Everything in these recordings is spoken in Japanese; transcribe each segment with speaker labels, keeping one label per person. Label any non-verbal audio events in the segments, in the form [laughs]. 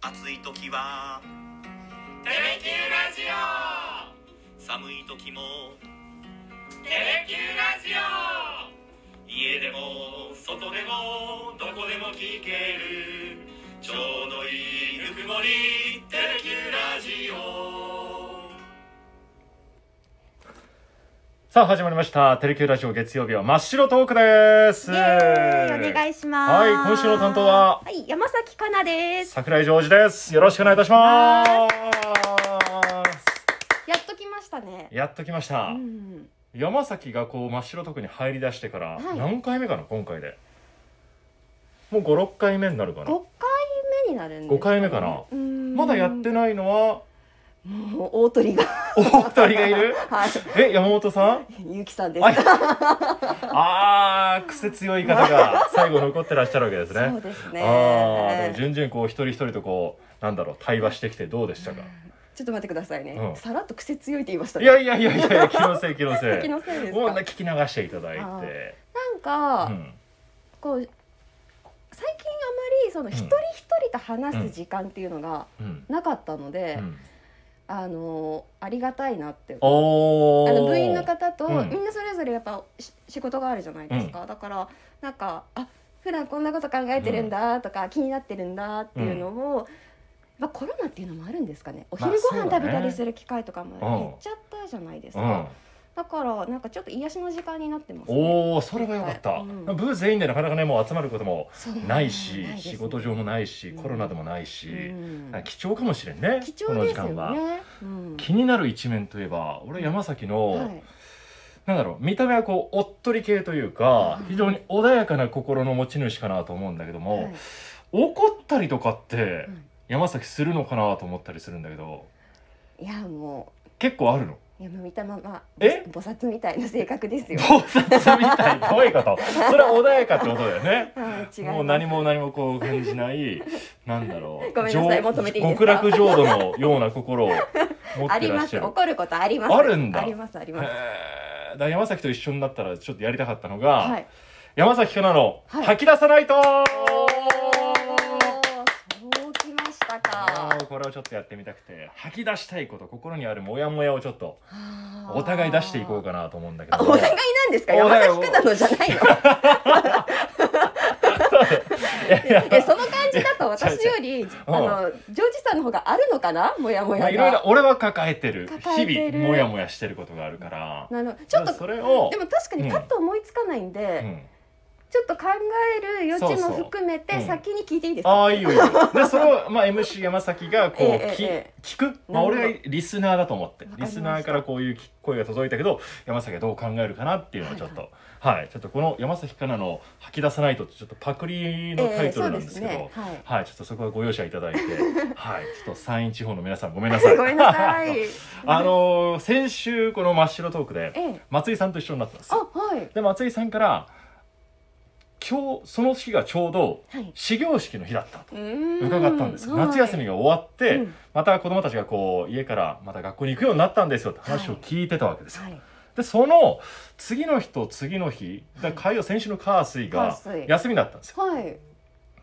Speaker 1: 暑い時は
Speaker 2: テレキューラジオ
Speaker 1: 寒い時も
Speaker 2: テレキューラジオ
Speaker 1: 家でも外でもどこでも聞けるちょうどいいぬくもりテレキューラジオ
Speaker 3: さあ始まりましたテレキューラジオ月曜日は真っ白トークです
Speaker 4: イエーイお願いします。
Speaker 3: はい今週の担当は
Speaker 4: はい、山崎かなです。
Speaker 3: 桜井ジョージですよろしくお願いいたします
Speaker 4: やっと来ましたね。
Speaker 3: やっと来ました、
Speaker 4: うん、
Speaker 3: 山崎がこう真っ白トークに入り出してから
Speaker 4: はい
Speaker 3: 何回目かな、今回でもう56回目になるかな
Speaker 4: 五回目になるんです、
Speaker 3: 五回目かな
Speaker 4: うん
Speaker 3: まだやってないのは
Speaker 4: もう大鳥が。
Speaker 3: お二人がいる
Speaker 4: はい。
Speaker 3: え山本さ
Speaker 4: [laughs]
Speaker 3: ん
Speaker 4: ゆきさんです。
Speaker 3: あいあー癖強い方が最後残ってらっしゃるわけですね
Speaker 4: そうですね。
Speaker 3: ああ、で
Speaker 4: え
Speaker 3: も
Speaker 4: ー
Speaker 3: 順々こう一人一人とこうなんだろう対話してきてどうでしたか。
Speaker 4: ちょっと待ってくださいね。
Speaker 3: うん
Speaker 4: さらっと癖強いって言いました
Speaker 3: い
Speaker 4: ね。
Speaker 3: やいやいやいや気のせい気のせ
Speaker 4: 気
Speaker 3: い。
Speaker 4: のせいです
Speaker 3: もう
Speaker 4: か。
Speaker 3: ね聞き流していただい
Speaker 4: あ
Speaker 3: て。
Speaker 4: なんか、
Speaker 3: うん
Speaker 4: こう。最近あまりその一人一人と話す時間っていうのが
Speaker 3: うん
Speaker 4: なかったので、
Speaker 3: うん。
Speaker 4: あのありがたいなって
Speaker 3: おお。
Speaker 4: あの部員の方と、
Speaker 3: うん
Speaker 4: みんなそれぞれやっぱし仕事があるじゃないですか、だからなんかあ普段こんなこと考えてるんだとか、気になってるんだっていうのを、まあ、コロナっていうのもあるんですかねお昼
Speaker 3: まあ
Speaker 4: ご
Speaker 3: そう
Speaker 4: 飯
Speaker 3: だね
Speaker 4: 食べたりする機会とかも
Speaker 3: うん
Speaker 4: 減っちゃったじゃないです
Speaker 3: う
Speaker 4: か、
Speaker 3: ん。
Speaker 4: だからなんかちょっと癒しの時間になってます、ね、
Speaker 3: おおそれはよかった。
Speaker 4: うん
Speaker 3: 部全員でなかなかねもう集まることも
Speaker 4: そう
Speaker 3: ないし
Speaker 4: ですね
Speaker 3: 仕事上もないし
Speaker 4: うん
Speaker 3: コロナでもないし
Speaker 4: うん
Speaker 3: 貴重かもしれんね。
Speaker 4: 貴
Speaker 3: こ
Speaker 4: 重
Speaker 3: の
Speaker 4: で
Speaker 3: 時
Speaker 4: すよ
Speaker 3: 間は。
Speaker 4: ね、うん
Speaker 3: 気になる一面といえば俺山崎の
Speaker 4: はい
Speaker 3: なんだろう見た目はこうおっとり系というか
Speaker 4: うん
Speaker 3: 非常に穏やかな心の持ち主かなと思うんだけども、
Speaker 4: はい
Speaker 3: 怒ったりとかって
Speaker 4: うん
Speaker 3: 山崎するのかなと思ったりするんだけど
Speaker 4: いやも
Speaker 3: 結構あるの
Speaker 4: ういやもう見たまま
Speaker 3: え
Speaker 4: 菩薩みたいな性格で
Speaker 3: [laughs]
Speaker 4: すよ。
Speaker 3: 菩薩み
Speaker 4: [laughs]
Speaker 3: たいどういうことそれは穏やかってことだよね
Speaker 4: はい違います
Speaker 3: もう何も何もこう感じ
Speaker 4: [laughs]
Speaker 3: ないなんだろう
Speaker 4: ごめんなさ
Speaker 3: 浄
Speaker 4: いもう止めていいで
Speaker 3: 極
Speaker 4: すか
Speaker 3: 楽浄土のような心を持
Speaker 4: あ
Speaker 3: って
Speaker 4: り
Speaker 3: ら
Speaker 4: ま
Speaker 3: っし
Speaker 4: す
Speaker 3: ゃる
Speaker 4: 怒ることあります
Speaker 3: あるんだ
Speaker 4: ありますあります
Speaker 3: へーだから山崎と一緒になったらちょっとやりたかったのが、
Speaker 4: はい
Speaker 3: 山崎かなの、
Speaker 4: はい
Speaker 3: 吐き出さないと
Speaker 4: そうきました
Speaker 3: あ
Speaker 4: か
Speaker 3: ーこれをちょっとやってみたくて吐き出したいこと心にあるモヤモヤをちょっと
Speaker 4: あー
Speaker 3: お互い出していこうかなと思うんだけ
Speaker 4: あ
Speaker 3: ど
Speaker 4: お互いなんですか
Speaker 3: お
Speaker 4: 山
Speaker 3: 互い
Speaker 4: 崎くなのじゃない
Speaker 3: [laughs]
Speaker 4: の
Speaker 3: いやいや
Speaker 4: いやその感
Speaker 3: [laughs]
Speaker 4: じだと私よりあ
Speaker 3: うん
Speaker 4: のジョージさんの方があるのかなモヤモ
Speaker 3: まあ
Speaker 4: ヤ
Speaker 3: いろいろ
Speaker 4: が
Speaker 3: 俺は抱えてる
Speaker 4: 抱えてる
Speaker 3: 日々モヤモヤしてることがあるから
Speaker 4: なのちょっと
Speaker 3: それを
Speaker 4: でも確かにパッと思いつかないんで、
Speaker 3: うん
Speaker 4: ちょっと考える余地も含め
Speaker 3: そう
Speaker 4: て
Speaker 3: そう
Speaker 4: 先に聞いていいですか、
Speaker 3: ああいいよいいよでそれを、まあ、MC 山崎がこう、
Speaker 4: ええ
Speaker 3: き
Speaker 4: え
Speaker 3: 聞く、まあ、
Speaker 4: なるほど
Speaker 3: 俺がリスナーだと思って
Speaker 4: わかり
Speaker 3: リ
Speaker 4: まし
Speaker 3: ス
Speaker 4: た
Speaker 3: ナーからこういうき声が届いたけど山崎はどう考えるかなっていうのをちょっとはい、ちょっとこの「山崎かなの吐き出さないと」ってちょっとパクリのタイトルなんですけど、
Speaker 4: ええそうですね
Speaker 3: はい、ちょっとそこはご容赦いただい
Speaker 4: [laughs]
Speaker 3: て、はい、ちょっと山陰地方の皆さんごめんな
Speaker 4: は
Speaker 3: さい。
Speaker 4: いごめんなさい
Speaker 3: あのー先週この真っ白トークで
Speaker 4: ええ
Speaker 3: 松井さんと一緒になったんです
Speaker 4: あ
Speaker 3: よ。
Speaker 4: はい
Speaker 3: で松井さんから今日その日がちょうど
Speaker 4: はい
Speaker 3: 始業式の日だったと
Speaker 4: うーん
Speaker 3: 伺ったんですよ。夏休みが終わって、
Speaker 4: うん
Speaker 3: また子供たちがこう家からまた学校に行くようになったんですよって話を聞いてたわけですよ。
Speaker 4: はいはい
Speaker 3: でその次の日と次の日、だから火曜先週の火水が
Speaker 4: 火水
Speaker 3: 休みだったんですよ。
Speaker 4: はい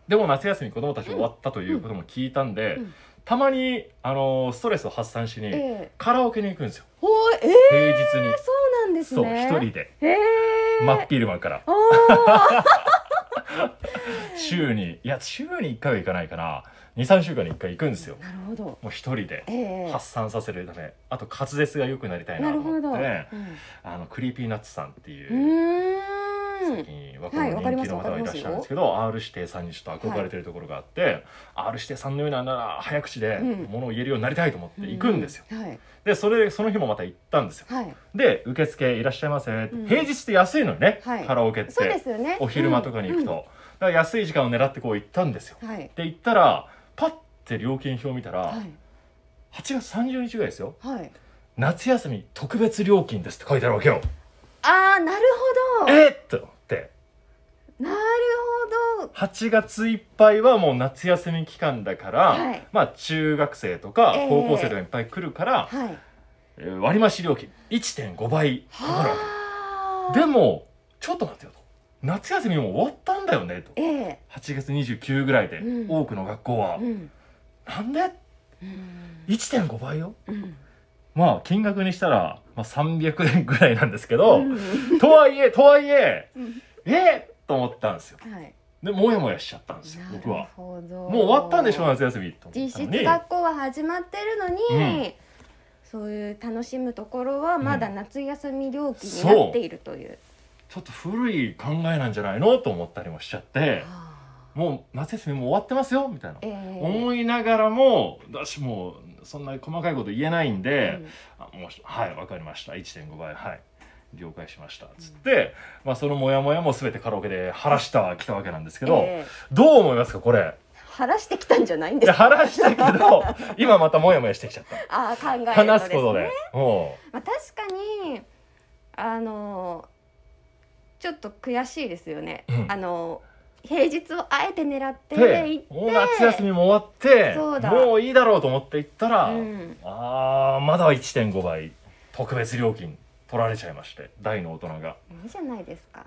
Speaker 3: でも夏休み子供たち終わったということも聞いたんで、
Speaker 4: うんうん
Speaker 3: たまに、あのーストレスを発散しに、
Speaker 4: ええ
Speaker 3: カラオケに行くんですよ
Speaker 4: ほいえー
Speaker 3: 平日に、
Speaker 4: そうなんです
Speaker 3: そう
Speaker 4: ね。
Speaker 3: 一人で
Speaker 4: へー。
Speaker 3: 真っ昼間から
Speaker 4: あー
Speaker 3: 週にいや週に1回は行かないかな23週間に1回行くんですよ
Speaker 4: なるほど。
Speaker 3: もう一人で
Speaker 4: ええ
Speaker 3: 発散させるためあと滑舌が良くなりたいな
Speaker 4: な
Speaker 3: と
Speaker 4: る
Speaker 3: 思
Speaker 4: ほど。
Speaker 3: っ
Speaker 4: うん
Speaker 3: てあのクリーピーナッツさんって
Speaker 4: う
Speaker 3: いう
Speaker 4: ー
Speaker 3: 最
Speaker 4: ん。
Speaker 3: 近若者
Speaker 4: はい
Speaker 3: 人気の
Speaker 4: わ
Speaker 3: 方
Speaker 4: か
Speaker 3: がい
Speaker 4: りま
Speaker 3: らっ
Speaker 4: す
Speaker 3: しゃるんですけど、R 指定さんにちょっと憧れてるところがあって、R 指定さんのようななら早口で
Speaker 4: うん
Speaker 3: ものを言えるようになりたいと思って行くんですよ、
Speaker 4: う。はい
Speaker 3: でそれでその日もまた行ったんですよ
Speaker 4: はい。
Speaker 3: で受付いらっしゃいませって、
Speaker 4: うん
Speaker 3: 平日って安いのにね、
Speaker 4: はい
Speaker 3: カラオケって、
Speaker 4: そうですよね。
Speaker 3: お昼間とかに行くと、だから安い時間を狙ってこう行ったんですよ
Speaker 4: うん。うんはい
Speaker 3: で行ったらパッて料金表見たら、
Speaker 4: はい
Speaker 3: 8月30日ぐらいですよ
Speaker 4: はい。
Speaker 3: 夏休み特別料金ですって書いてあるわけよ
Speaker 4: あーなるほど。
Speaker 3: えっと思って
Speaker 4: なるほど。
Speaker 3: 8月いっぱいはもう夏休み期間だから、
Speaker 4: はい
Speaker 3: まあ中学生とか
Speaker 4: ええ
Speaker 3: 高校生とかいっぱい来るから、
Speaker 4: はい。
Speaker 3: えー割増料金1.5倍かかるわ
Speaker 4: は
Speaker 3: け
Speaker 4: ー
Speaker 3: でもちょっと待ってよと夏休みもう終わったんだよねと
Speaker 4: ええ
Speaker 3: 8月29ぐらいで、
Speaker 4: うん
Speaker 3: 多くの学校は、
Speaker 4: うん。
Speaker 3: なんで
Speaker 4: うん
Speaker 3: 1.5倍よ
Speaker 4: うん
Speaker 3: まあ金額にしたら、まあ、300円ぐらいなんですけ
Speaker 4: う
Speaker 3: ど、
Speaker 4: ん
Speaker 3: とはいえとはいえ
Speaker 4: うん
Speaker 3: えっと思ったんですよ
Speaker 4: はい
Speaker 3: でモヤモヤしちゃったんですよ僕
Speaker 4: な
Speaker 3: は
Speaker 4: るほど
Speaker 3: もう終わったんでしょ夏休みと思
Speaker 4: 実
Speaker 3: ったの
Speaker 4: 質
Speaker 3: に
Speaker 4: 学校は始まってるのに、
Speaker 3: う
Speaker 4: そういう楽しむところはまだ
Speaker 3: うん
Speaker 4: 夏休み料金になっているという、
Speaker 3: ちょっと古い考えなんじゃないのと思ったりもしちゃって
Speaker 4: あー
Speaker 3: もう夏休みもう終わってますよみたいな
Speaker 4: え
Speaker 3: 思いながらも私もうそんな細かいこと言えないんで、
Speaker 4: え
Speaker 3: あもうはいわかりました1.5倍はい了解しましたつって、まあ、そのモヤモヤも全てカラオケで晴らしてはきたわけなんですけ
Speaker 4: け
Speaker 3: ど、どう思いますかこれ
Speaker 4: 晴らしてきたんじゃないん
Speaker 3: い
Speaker 4: です
Speaker 3: や
Speaker 4: か
Speaker 3: 晴らしたけ
Speaker 4: [laughs]
Speaker 3: ど今またモヤモヤしてきちゃっ
Speaker 4: あー考え
Speaker 3: た
Speaker 4: るとです、ね、
Speaker 3: 話すことでも
Speaker 4: まあ、確かにあのちょっと悔しいですよね、
Speaker 3: うん
Speaker 4: あの平日をあえて狙っ
Speaker 3: う
Speaker 4: て行
Speaker 3: で
Speaker 4: って
Speaker 3: もう夏休みも終わって
Speaker 4: そうだ
Speaker 3: もういいだろうと思って行ったら、
Speaker 4: うん
Speaker 3: あーまだ1.5倍特別料金取られちゃいまして大の大人が
Speaker 4: いいじゃないですか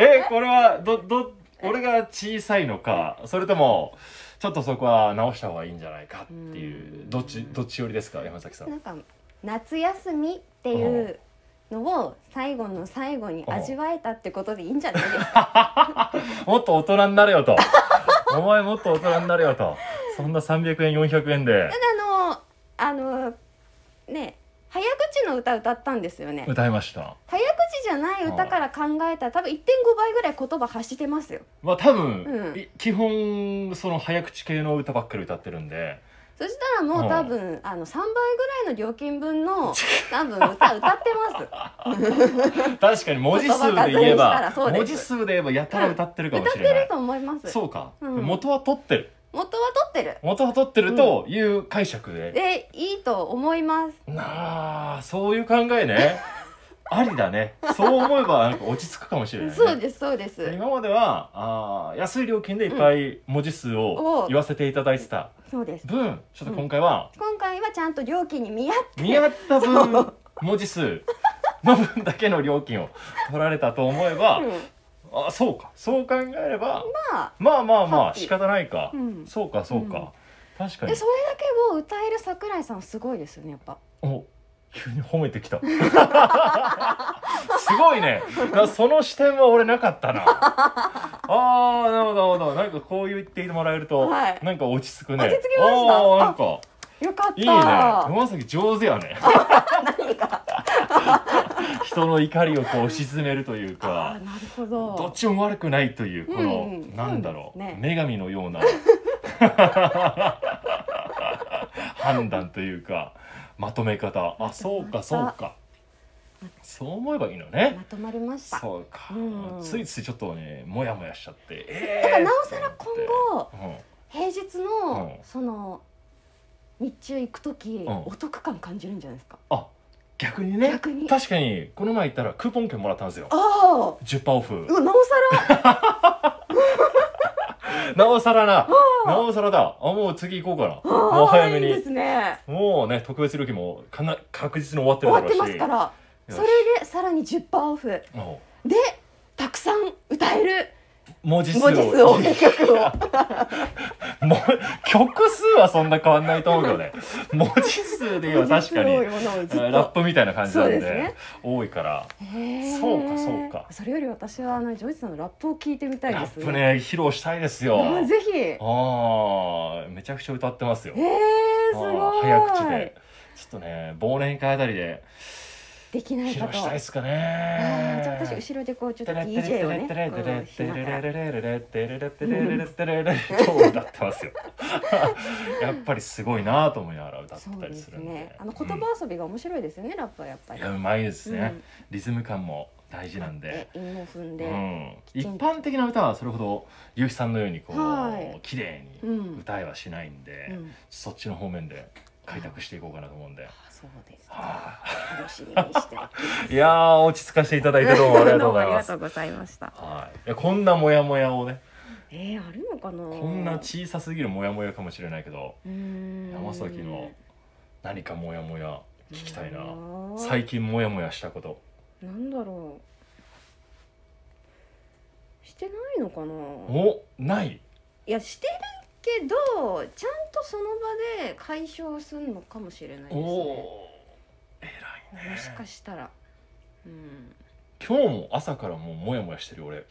Speaker 3: えこれはどど俺が小さいのかそれともちょっとそこは直した方がいいんじゃないかっていう
Speaker 4: うん
Speaker 3: どっちどっち寄りですか山崎さん
Speaker 4: なんか夏休みっていうのを最後の最後に味わえたってことでいいんじゃないです
Speaker 3: [laughs]
Speaker 4: か。
Speaker 3: もっと大人になれよとお前もっと大人になれよとそんな300円400円で
Speaker 4: ただあのあのね早口の歌歌ったんですよね。
Speaker 3: 歌いました
Speaker 4: 早口じゃない歌から考えたら多分1.5倍ぐらい言葉発してますよ。
Speaker 3: まあ多分、
Speaker 4: うん
Speaker 3: い基本その早口系の歌ばっかり歌ってるんで
Speaker 4: そしたらもう多分あの3倍ぐらいの料金
Speaker 3: [laughs]
Speaker 4: 分の多分歌歌ってま
Speaker 3: 確かに文字数で言えば
Speaker 4: 言葉数にしたらそうです
Speaker 3: 文字数で言えばやたら歌ってるか
Speaker 4: す。
Speaker 3: も
Speaker 4: 歌
Speaker 3: し
Speaker 4: っ
Speaker 3: てれな
Speaker 4: る
Speaker 3: い
Speaker 4: と思います。
Speaker 3: そうか、
Speaker 4: うん
Speaker 3: 元は取ってる
Speaker 4: 元は取ってる。
Speaker 3: 元は取ってるという解釈で、
Speaker 4: でいいと思います。
Speaker 3: なあそういう考えねありだねそう思えばなんか落ち着くかもしれない、ね、
Speaker 4: そうですそうです。
Speaker 3: 今まではあー安い料金でいっぱい文字数を
Speaker 4: を
Speaker 3: 言わせていただいてた
Speaker 4: そうです。
Speaker 3: 分ちょっと今回は
Speaker 4: 今回はちゃんと料金に見合っ
Speaker 3: 見合った
Speaker 4: そ
Speaker 3: 分文字数の分だけの料金を取られたと思えば
Speaker 4: た、うん、
Speaker 3: あそうかそう考えれば
Speaker 4: ま
Speaker 3: まあまあま
Speaker 4: ハ
Speaker 3: あ
Speaker 4: ッピー
Speaker 3: 仕方ないか、
Speaker 4: うん
Speaker 3: そうかそうか、確
Speaker 4: あ
Speaker 3: かに
Speaker 4: でそれだけを歌える桜井さんはすごいですよねやっぱ
Speaker 3: お急に褒めてきた [laughs] すごいねなその視点は俺なかったなあーなるほどなるほどなんかこう言ってもらえると、
Speaker 4: はい
Speaker 3: なんか落ち着くね
Speaker 4: 落ち着きました
Speaker 3: あーなんか
Speaker 4: よかった
Speaker 3: いいね山崎上手や
Speaker 4: [laughs]
Speaker 3: ね [laughs] 人の怒りをこう沈めるという
Speaker 4: あ
Speaker 3: か
Speaker 4: ーなるほ
Speaker 3: どっ
Speaker 4: ど
Speaker 3: ちも悪くないというこの、
Speaker 4: うん
Speaker 3: なんだろう、
Speaker 4: そうですね
Speaker 3: 女神の
Speaker 4: [laughs]
Speaker 3: ような判断というかまとめ方あそうかそうかそう思えばいいのね
Speaker 4: まとまりましただ
Speaker 3: そうか、
Speaker 4: うん
Speaker 3: ついついちょっとねモヤモヤしちゃってえ
Speaker 4: からなおさら今後
Speaker 3: ーうん
Speaker 4: 平日の
Speaker 3: うん
Speaker 4: その日中行く時
Speaker 3: うん
Speaker 4: お得感感じるんじゃないですか
Speaker 3: あ逆にね
Speaker 4: 逆に
Speaker 3: 確かにこの前行ったらクーポン券もらったんですよ
Speaker 4: ああ
Speaker 3: 10%オフ
Speaker 4: うわなおさ
Speaker 3: [laughs]
Speaker 4: ら
Speaker 3: なおさらななおさらだあもう次行こうかな
Speaker 4: あー
Speaker 3: もう早め
Speaker 4: いいで
Speaker 3: に
Speaker 4: すね
Speaker 3: もうね特別料金もかな確実に終わって
Speaker 4: 終
Speaker 3: る
Speaker 4: わ
Speaker 3: だ
Speaker 4: っ
Speaker 3: ろう
Speaker 4: て
Speaker 3: し
Speaker 4: ますから
Speaker 3: よし
Speaker 4: それでさらに10%オフ
Speaker 3: も
Speaker 4: でたくさん歌える
Speaker 3: う文字数を
Speaker 4: 文字数
Speaker 3: [laughs]
Speaker 4: を曲を
Speaker 3: もう曲数はそんな変わんないと思うけどね [laughs] 文字数で言えば確かに
Speaker 4: 文字数多いものをずっと
Speaker 3: ラップみたいな感じなんで
Speaker 4: そうですね
Speaker 3: 多いから
Speaker 4: へー
Speaker 3: そうかそうか
Speaker 4: それより私はあのジョージさんのラップを聞いてみたい
Speaker 3: ラ
Speaker 4: です
Speaker 3: ップね披露したいですよ
Speaker 4: あぜひえ
Speaker 3: ああめちゃくちゃ歌ってますよ
Speaker 4: ー、す
Speaker 3: あ
Speaker 4: ご
Speaker 3: ー
Speaker 4: い
Speaker 3: 早口でちょっとね忘年会あたりで
Speaker 4: できない
Speaker 3: 披
Speaker 4: か
Speaker 3: 露
Speaker 4: と
Speaker 3: したいですか
Speaker 4: あーじゃあ
Speaker 3: ね
Speaker 4: 私後ろでこうちょっと
Speaker 3: テレ
Speaker 4: DJ をね
Speaker 3: テレテレ
Speaker 4: こう
Speaker 3: テ
Speaker 4: し
Speaker 3: レ
Speaker 4: な
Speaker 3: テ
Speaker 4: がら
Speaker 3: レテレテレテレテレテレテレテレテレと歌ってますよ [laughs] やっぱりすごいなと思いながら歌って
Speaker 4: そう
Speaker 3: た
Speaker 4: で
Speaker 3: り
Speaker 4: す
Speaker 3: するんで
Speaker 4: ねあの言葉遊びが面白いですよね、ラップはやっぱ
Speaker 3: うんい
Speaker 4: り
Speaker 3: やうまいですね、
Speaker 4: うん
Speaker 3: リズム感も大事なんで、
Speaker 4: 韻を踏ん
Speaker 3: う
Speaker 4: で、
Speaker 3: ん、
Speaker 4: き
Speaker 3: 一
Speaker 4: ちんと
Speaker 3: 般的な歌はそれほど結城さんのようにこう、
Speaker 4: はい
Speaker 3: 綺麗
Speaker 4: う
Speaker 3: に
Speaker 4: ん
Speaker 3: 歌えはしないんで、
Speaker 4: うん
Speaker 3: そっちの方面で開拓していこうかなと思うんで、
Speaker 4: あそうです
Speaker 3: は
Speaker 4: 楽しみにしておきます
Speaker 3: あいやー落ち着かせていただいてどうもありがとうございます
Speaker 4: どうも [laughs] ありがとうございました
Speaker 3: はいいやこんなモヤモヤをね
Speaker 4: えー、あるのかな
Speaker 3: こんな小さすぎるモヤモヤかもしれないけど
Speaker 4: うーん
Speaker 3: 山崎の何かモヤモヤ聞きたいな
Speaker 4: うん
Speaker 3: 最近モヤモヤしたこと
Speaker 4: なんだろうしてないのかな
Speaker 3: おない
Speaker 4: いやしてるけどちゃんとその場で解消するのかもしれないです
Speaker 3: お
Speaker 4: ね
Speaker 3: おー偉いね
Speaker 4: もしかしたらうん
Speaker 3: 今日も朝からもうモヤモヤしてるよ俺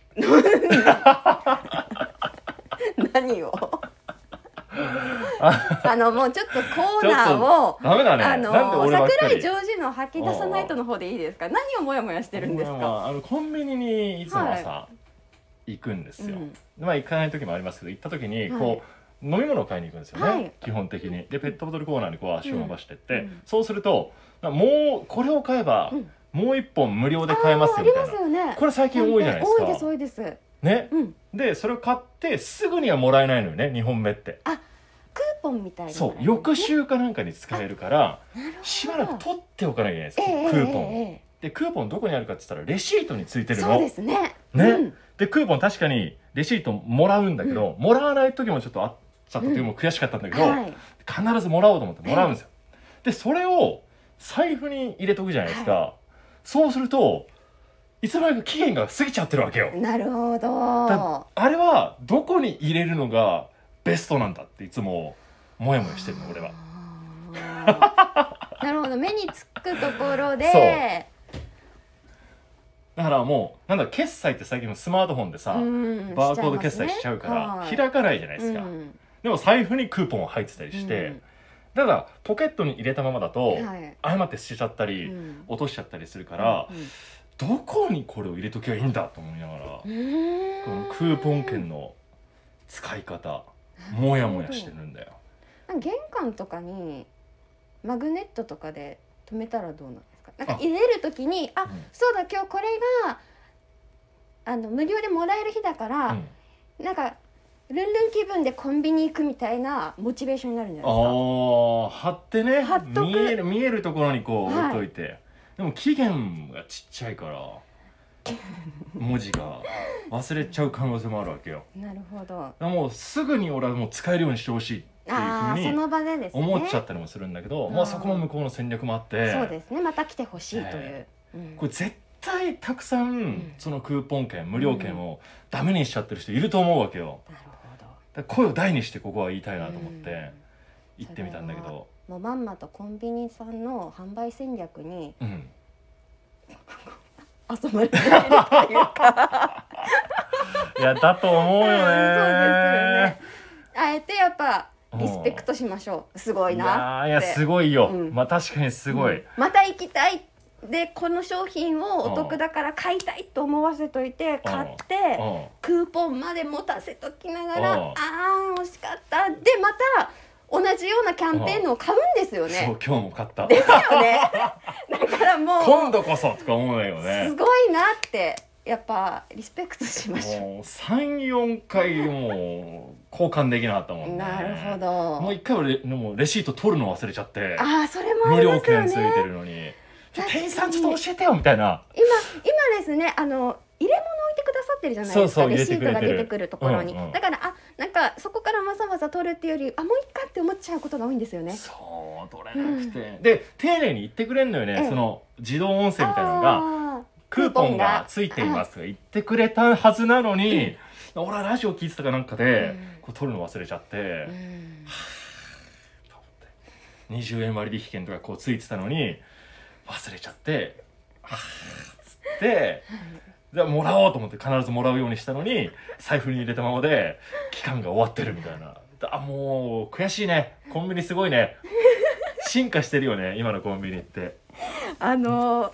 Speaker 3: [laughs]
Speaker 4: 何をあのもうちょっとコーナーを
Speaker 3: ダメだね
Speaker 4: あ
Speaker 3: なんで
Speaker 4: の
Speaker 3: 俺ばっか
Speaker 4: 桜
Speaker 3: り
Speaker 4: 井ジョージの吐き出さないとの方でいいですか何をモヤモヤしてるんです
Speaker 3: いやま
Speaker 4: か、
Speaker 3: あ、あのコンビニにいつも朝、行くんで
Speaker 4: う
Speaker 3: すよ、
Speaker 4: ん、
Speaker 3: まあ行かない時もありますけど行った時に
Speaker 4: はい
Speaker 3: こう、飲み物を買いに行くんですよね、
Speaker 4: はい
Speaker 3: 基本的にでペットボトルコーナーにこう足を伸ばしてって、
Speaker 4: うんうん
Speaker 3: そうするとなもうこれを買えば、
Speaker 4: うん
Speaker 3: もう一本無料で買えます
Speaker 4: あーあ
Speaker 3: よみ
Speaker 4: り
Speaker 3: たい
Speaker 4: ます
Speaker 3: な
Speaker 4: よね
Speaker 3: これ最近多いじゃないですか
Speaker 4: 多いです多いです
Speaker 3: ね
Speaker 4: うん
Speaker 3: でそれを買ってすぐにはもらえないのよね2本目って
Speaker 4: クーポンみたいな
Speaker 3: そう翌週かなんかに使えるからしばらく取っておかなきゃいけないんです
Speaker 4: え
Speaker 3: よ、
Speaker 4: え
Speaker 3: クーポンを、
Speaker 4: えええ
Speaker 3: でクーポンどこにあるかって言ったらレシートについて
Speaker 4: え
Speaker 3: るの
Speaker 4: そうですね
Speaker 3: ね
Speaker 4: うん
Speaker 3: でクーポン確かにレシートもらうんだけど、もらわない時もちょっとあっちゃった時も悔しかったんだけど、
Speaker 4: はい
Speaker 3: 必ずもらおうと思ってもらうんですよ、でそれを財布に入れとくじゃないですか、そうするといつの間にか期限が過ぎちゃってるわけよ
Speaker 4: なるほ
Speaker 3: だ
Speaker 4: ど
Speaker 3: あれはどこに入れるのがベストなんだっていつもモヤモヤしてるの俺は
Speaker 4: あーなるほど目につくところで
Speaker 3: そうだからもうなんだ決済って最近のスマートフォンでさ、
Speaker 4: うん
Speaker 3: バーコード決済しちゃうから、開かないじゃない
Speaker 4: い
Speaker 3: ですか、
Speaker 4: うん
Speaker 3: でも財布にクーポンが入ってたりして、ただポケットに入れたままだ
Speaker 4: う
Speaker 3: と、
Speaker 4: んはい
Speaker 3: 誤って捨てちゃったり、
Speaker 4: うん
Speaker 3: 落としちゃったりするから
Speaker 4: う、ん
Speaker 3: どこにこれを入れときゃいいんだと思いながら、
Speaker 4: うーん
Speaker 3: このクーポン券の使い方モヤモヤしてるんだよ
Speaker 4: なんか玄関とかにマグネットとかで止めたらどうなんですかなんか入れる時にあ
Speaker 3: うん
Speaker 4: そうだ今日これがあの無料でもらえる日だから、
Speaker 3: うん
Speaker 4: なんかルンルン気分でコンビニ行くみたいなモチベーションになるんじゃ
Speaker 3: あ
Speaker 4: ないですか
Speaker 3: ー貼ってね
Speaker 4: 貼っとく
Speaker 3: 見える見えるところにこう
Speaker 4: はい
Speaker 3: 置いといて、でも期限がちっちゃいから文字が忘れちゃう可能性もあるわけよ
Speaker 4: なるほ
Speaker 3: だ
Speaker 4: ど
Speaker 3: からもうすぐに俺はもう使えるようにしてほしいっていう
Speaker 4: ああ
Speaker 3: ふう
Speaker 4: そ
Speaker 3: に
Speaker 4: の場でですね
Speaker 3: 思っちゃったりもするんだけど、
Speaker 4: うん
Speaker 3: まあそこも向こうの戦略もあって
Speaker 4: そうですねまた来てほしいという、
Speaker 3: え
Speaker 4: うん
Speaker 3: これ絶対たくさん
Speaker 4: ん
Speaker 3: そのクーポン券無料券をダメにしちゃってる人いると思うわけよ
Speaker 4: なるほ
Speaker 3: だ
Speaker 4: ど
Speaker 3: から声を大にしてここは言いたいなと思っ
Speaker 4: う
Speaker 3: て
Speaker 4: ん
Speaker 3: 行ってみたんだけど
Speaker 4: もうまんまとコンビニさんの販売戦略に
Speaker 3: うん
Speaker 4: 遊ばれているというか
Speaker 3: いやだと思うよね
Speaker 4: うんそうですよねあえてやっぱ
Speaker 3: うん
Speaker 4: リスペクトしましょうすごい
Speaker 3: い
Speaker 4: な
Speaker 3: や
Speaker 4: っ
Speaker 3: ー
Speaker 4: て
Speaker 3: いやすごいよ
Speaker 4: うん
Speaker 3: まあ確かにすご
Speaker 4: う
Speaker 3: い
Speaker 4: んまた行きたいでこの商品をお得だから買いたいと思わせといて買って
Speaker 3: うん
Speaker 4: クーポンまで持たせときながら
Speaker 3: うん
Speaker 4: あー惜しかったでまた同じようなキャンペーンのを買うんですよ
Speaker 3: そう
Speaker 4: ね
Speaker 3: 今日も買った
Speaker 4: ですよねだからも
Speaker 3: [laughs] 今
Speaker 4: う
Speaker 3: 度こそとか思うよ
Speaker 4: す
Speaker 3: ね
Speaker 4: ごいなってやっぱリスペクトしましょ
Speaker 3: もう34回もう交換できなかったもん
Speaker 4: う
Speaker 3: ね
Speaker 4: なる
Speaker 3: も
Speaker 4: ほ
Speaker 3: う
Speaker 4: ど
Speaker 3: 一回俺もうレシート取るの忘れちゃって
Speaker 4: ああそれもあ
Speaker 3: 無
Speaker 4: り
Speaker 3: 料
Speaker 4: ますよ
Speaker 3: 券ついて
Speaker 4: ね
Speaker 3: るのに
Speaker 4: 確か
Speaker 3: 店
Speaker 4: に
Speaker 3: 員さんちょっと教えてよみたいな
Speaker 4: 今今ですねあの入れ物置いてくださってるじゃないですか
Speaker 3: そうそう
Speaker 4: レシートが
Speaker 3: 入れてくれてる
Speaker 4: 出てくるところに、
Speaker 3: うんうん
Speaker 4: だからあなんかそこからわざわざ取るっていうよりあもういっかって思っちゃうことが多いんですよね
Speaker 3: そう取れなくて、で丁寧に言ってくれんのよね、
Speaker 4: ええ
Speaker 3: その自動音声みたいなのが
Speaker 4: あ
Speaker 3: 「クーポンがついています」とか言ってくれたはずなのに、俺はラジオ聞いてたかなんかで、
Speaker 4: うん
Speaker 3: こう取るの忘れちゃって、
Speaker 4: ーう
Speaker 3: と
Speaker 4: ん
Speaker 3: 思って20円割引券とかこうついてたのに忘れちゃって「はあ」つって。じゃあもらおうと思って必ずもらうようにしたのに財布に入れたままで期間が終わってるみたいなあもう悔しいねコンビニすごいね進化してるよね今のコンビニって
Speaker 4: あの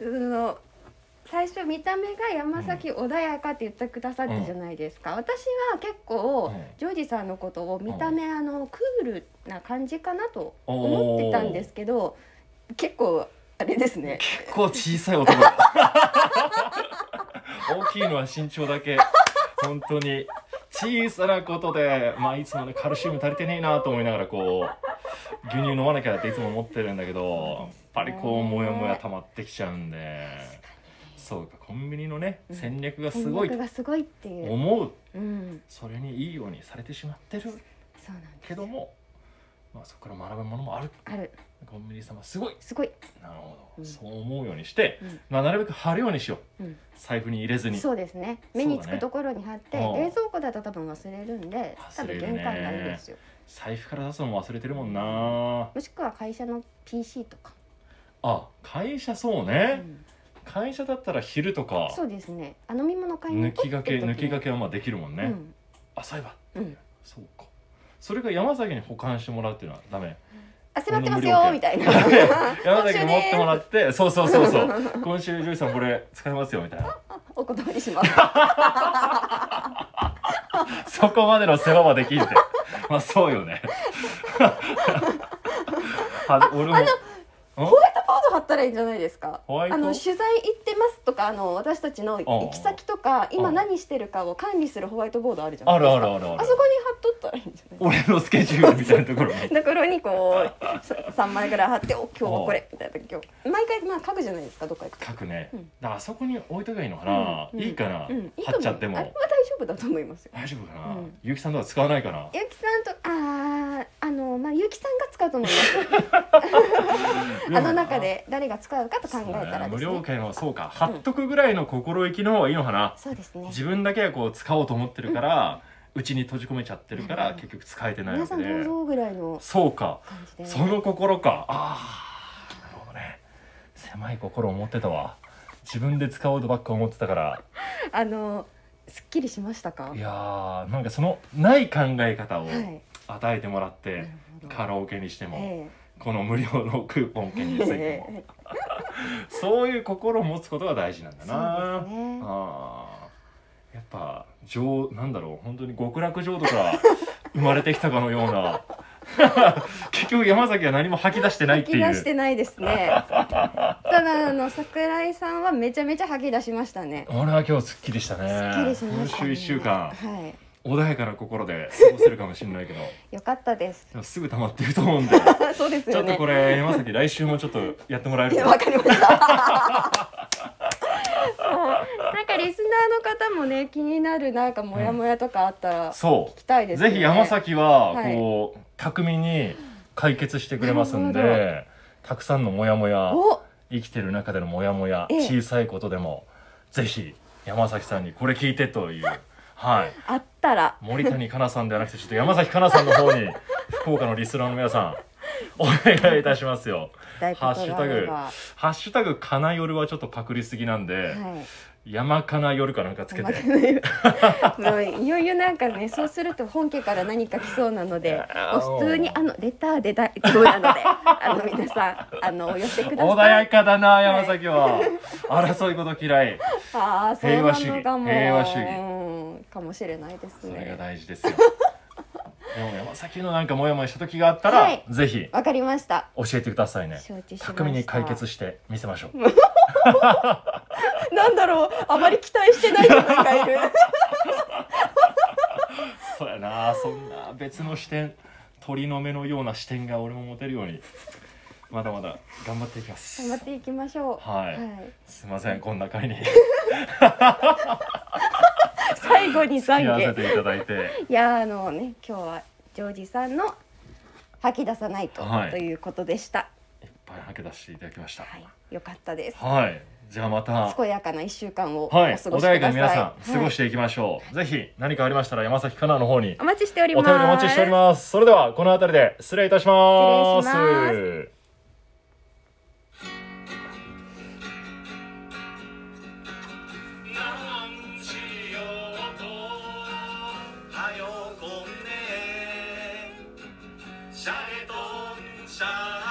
Speaker 4: その最初見た目が山崎穏やかって言ってくださったじゃないですか、私は結構、
Speaker 3: うん
Speaker 4: ジョージさんのことを見た目、あのクールな感じかなと思ってたんですけど結構あれですね
Speaker 3: 結構小さい男だ [laughs] 大きいのは身長だけ本当に小さなことでまあいつもねカルシウム足りてねえなと思いながらこう牛乳飲まなきゃっていつも思ってるんだけどやっぱりこうモヤモヤ溜まってきちゃうんでそうかコンビニのね
Speaker 4: うん
Speaker 3: 戦略が [laughs] す
Speaker 4: 音
Speaker 3: ごい
Speaker 4: 楽がすごいっていう、
Speaker 3: 思う
Speaker 4: うん、
Speaker 3: それにいいようにされてしまってる
Speaker 4: そうなんです
Speaker 3: けども、まあ、そこから学ぶものもある
Speaker 4: ある
Speaker 3: ゴンメリ様すごい
Speaker 4: すごい
Speaker 3: なるほど、
Speaker 4: うん
Speaker 3: そう思うようにして、
Speaker 4: うん
Speaker 3: まあ、なるべく貼るようにしよう、
Speaker 4: うん
Speaker 3: 財布に入れずに
Speaker 4: そうですね目につくところに貼っ
Speaker 3: そ
Speaker 4: て、
Speaker 3: うだねうん
Speaker 4: 冷蔵庫だと多分忘れるんで多
Speaker 3: 忘れ
Speaker 4: 分
Speaker 3: るね
Speaker 4: 玄関がいいですよ
Speaker 3: 財布から出すのも忘れてるもんな
Speaker 4: もしくは会社の PC とか、
Speaker 3: あ会社そう
Speaker 4: う
Speaker 3: ね、
Speaker 4: ん
Speaker 3: 会社だったら昼とか
Speaker 4: そうですねあ飲み物買いに
Speaker 3: 抜
Speaker 4: 行こう
Speaker 3: き
Speaker 4: っ
Speaker 3: が
Speaker 4: て
Speaker 3: け
Speaker 4: 時に
Speaker 3: 抜きがけはまあできるもんね、
Speaker 4: うん
Speaker 3: あそういえば
Speaker 4: うん、
Speaker 3: そうかそれが山崎に保管してもらうっていうのはダメ
Speaker 4: あ迫ってます
Speaker 3: 俺
Speaker 4: よ
Speaker 3: の無料券
Speaker 4: みたいな
Speaker 3: 山
Speaker 4: 今
Speaker 3: 崎
Speaker 4: 週
Speaker 3: に持っ
Speaker 4: で
Speaker 3: て
Speaker 4: す
Speaker 3: もらってそうそうそうそう今週ジョイさんこれ使いますよみたいな
Speaker 4: [laughs] お断りします
Speaker 3: そこまでの世話はできんって [laughs] まあそうよ
Speaker 4: [laughs]
Speaker 3: ねは俺も
Speaker 4: カード貼ったらいいんじゃないですか
Speaker 3: ホワイト
Speaker 4: あの取材行ってますとかあの私たちの行き先とか今何してるかを管理するホワイトボードあるじゃな
Speaker 3: あ
Speaker 4: いで
Speaker 3: る
Speaker 4: すか
Speaker 3: あるあるある
Speaker 4: あそこに貼っとったらいいんじゃない
Speaker 3: 俺のスケジュールみたいなとこ
Speaker 4: [laughs]
Speaker 3: ろに
Speaker 4: ところにこうさ三枚ぐらい貼って「お今日はこれ」みたいな今日毎回まあ書くじゃないですかどっか行くと。
Speaker 3: 書くね、
Speaker 4: うん
Speaker 3: だからあそこに置いとけばいいのかな、
Speaker 4: うんうん
Speaker 3: いいかな、
Speaker 4: うん、いいと
Speaker 3: 貼
Speaker 4: 思う
Speaker 3: っちゃっても
Speaker 4: あれは大丈夫だと思いますよ。
Speaker 3: 大丈夫かな、
Speaker 4: うん
Speaker 3: ゆきさんとは使わないかな
Speaker 4: ゆきさんとあああのまあゆきさんが使うと思い
Speaker 3: [laughs]
Speaker 4: ます。あの中で誰が使うかと
Speaker 3: そ
Speaker 4: 考
Speaker 3: う
Speaker 4: え
Speaker 3: だ
Speaker 4: たら
Speaker 3: ね
Speaker 4: で
Speaker 3: 無
Speaker 4: す
Speaker 3: 料
Speaker 4: ね。
Speaker 3: 券はそうか貼っとくぐらいの心意気の方がいいのかな、
Speaker 4: そうですね。
Speaker 3: 自分だけはこう使おうと思ってるからうち、に閉じ込めちゃってるから、
Speaker 4: うん
Speaker 3: 結局使えてない
Speaker 4: 皆
Speaker 3: わ
Speaker 4: さ
Speaker 3: け
Speaker 4: んどう
Speaker 3: で
Speaker 4: ぞぐらいの
Speaker 3: そうか
Speaker 4: 感じで。
Speaker 3: その心かああなるほどね狭い心を持ってたわ自分で使おうとばっか思ってたから
Speaker 4: あのすっきりしましたか。
Speaker 3: いやーなんかそのない考え方を
Speaker 4: はい。
Speaker 3: 与えてもらって、
Speaker 4: なるほど
Speaker 3: カラオケにしても、
Speaker 4: え
Speaker 3: この無料のクーポン
Speaker 4: え
Speaker 3: 券についても、
Speaker 4: え
Speaker 3: そういう心を持つことが大事なんだ
Speaker 4: え
Speaker 3: な
Speaker 4: そうですね。
Speaker 3: あーやっぱ情なんだろう本当に極楽浄土から生まれてきたかのよう
Speaker 4: [laughs]
Speaker 3: な結局山崎は何も吐き出してないって
Speaker 4: 吐き
Speaker 3: い
Speaker 4: 出し
Speaker 3: う
Speaker 4: てないです
Speaker 3: [laughs]
Speaker 4: ねただあの桜井さんはめちゃめちゃ吐き出しましたね
Speaker 3: 俺は今日すっきりしたね
Speaker 4: すっきりしました、ね、
Speaker 3: 今週1週間
Speaker 4: は
Speaker 3: 穏やかな心で過ごせるかもしれないけど
Speaker 4: いよかったです [laughs]
Speaker 3: でもすぐ溜まってると思うんで、
Speaker 4: そうです
Speaker 3: ちょ
Speaker 4: よ
Speaker 3: っと
Speaker 4: ね
Speaker 3: これ山崎来週もちょっとやってもらえ
Speaker 4: い
Speaker 3: る
Speaker 4: や
Speaker 3: と
Speaker 4: わかりました [laughs] そうなんかリスナーの方もね気になるなんかモヤモヤとかあったら聞
Speaker 3: そう
Speaker 4: きたいですね、
Speaker 3: ぜひ山崎は
Speaker 4: はい
Speaker 3: こう、巧みに解決してくれますん
Speaker 4: な
Speaker 3: でたくさんのモヤモヤ
Speaker 4: お
Speaker 3: 生きてる中でのモヤモヤ
Speaker 4: ええ
Speaker 3: 小さいことでもぜひ山崎さんにこれ聞いてというはい
Speaker 4: あったら
Speaker 3: 森谷香奈さんではなくてちょっと山崎香奈さんの方に
Speaker 4: [laughs]
Speaker 3: 福岡のリスナーの皆さんお願いいたしますよ。
Speaker 4: 大
Speaker 3: ハッシュタグ
Speaker 4: は
Speaker 3: ハッシュタグかな夜はちょっとパクりすぎなんで、
Speaker 4: い
Speaker 3: 山かな夜かなんかつけて。
Speaker 4: もういよいよなんかねそうすると本家から何か来そうなので
Speaker 3: やー
Speaker 4: もう普通にあのレターで大丈夫なので [laughs] あの皆さんあのお寄せくだ
Speaker 3: 穏
Speaker 4: さ
Speaker 3: や
Speaker 4: い。
Speaker 3: かだな山崎
Speaker 4: [laughs]
Speaker 3: は、争いこと嫌い
Speaker 4: ああそうな
Speaker 3: 平和主義
Speaker 4: のかも
Speaker 3: 平和主義
Speaker 4: うんかもしれないです
Speaker 3: それが
Speaker 4: ね。
Speaker 3: 大事ですよでも山崎のなんかモヤモヤした時があったら、
Speaker 4: はい
Speaker 3: ぜひ
Speaker 4: わかりました。
Speaker 3: 教えてくださいね
Speaker 4: 承知しました。
Speaker 3: 巧みに解決して見せましょう
Speaker 4: [laughs] なんだろうあまり期待してない人がい
Speaker 3: [laughs]
Speaker 4: る。
Speaker 3: そうやなそんな別の視点鳥の目のような視点が俺も持てるようにまだまだ頑張っていきます
Speaker 4: 頑張っていきましょう。
Speaker 3: はいすいませんこんな回
Speaker 4: [laughs]
Speaker 3: に [laughs]
Speaker 4: 最後に
Speaker 3: 付
Speaker 4: 懺
Speaker 3: き合わせ
Speaker 4: 悔。
Speaker 3: ていただい
Speaker 4: [laughs]
Speaker 3: て
Speaker 4: いやーあのね今日はジョージさんの吐き出さないと、
Speaker 3: はい
Speaker 4: ということでした。
Speaker 3: いっぱい吐け出していただきました
Speaker 4: はいよかったです。
Speaker 3: はいじゃあまた
Speaker 4: 健やかな一週間をお過
Speaker 3: はい、
Speaker 4: ごしくだ
Speaker 3: 穏
Speaker 4: さい。。
Speaker 3: やかに皆さん過ごしてていきましょう、ぜひ何かありましたら山崎かなの方に
Speaker 4: お待ちしており
Speaker 3: お
Speaker 4: ます。
Speaker 3: 便りお待ちしておりますそれではこの辺りで失礼いたします
Speaker 4: 失礼
Speaker 1: なんしようとはよこんねシャレとんシャ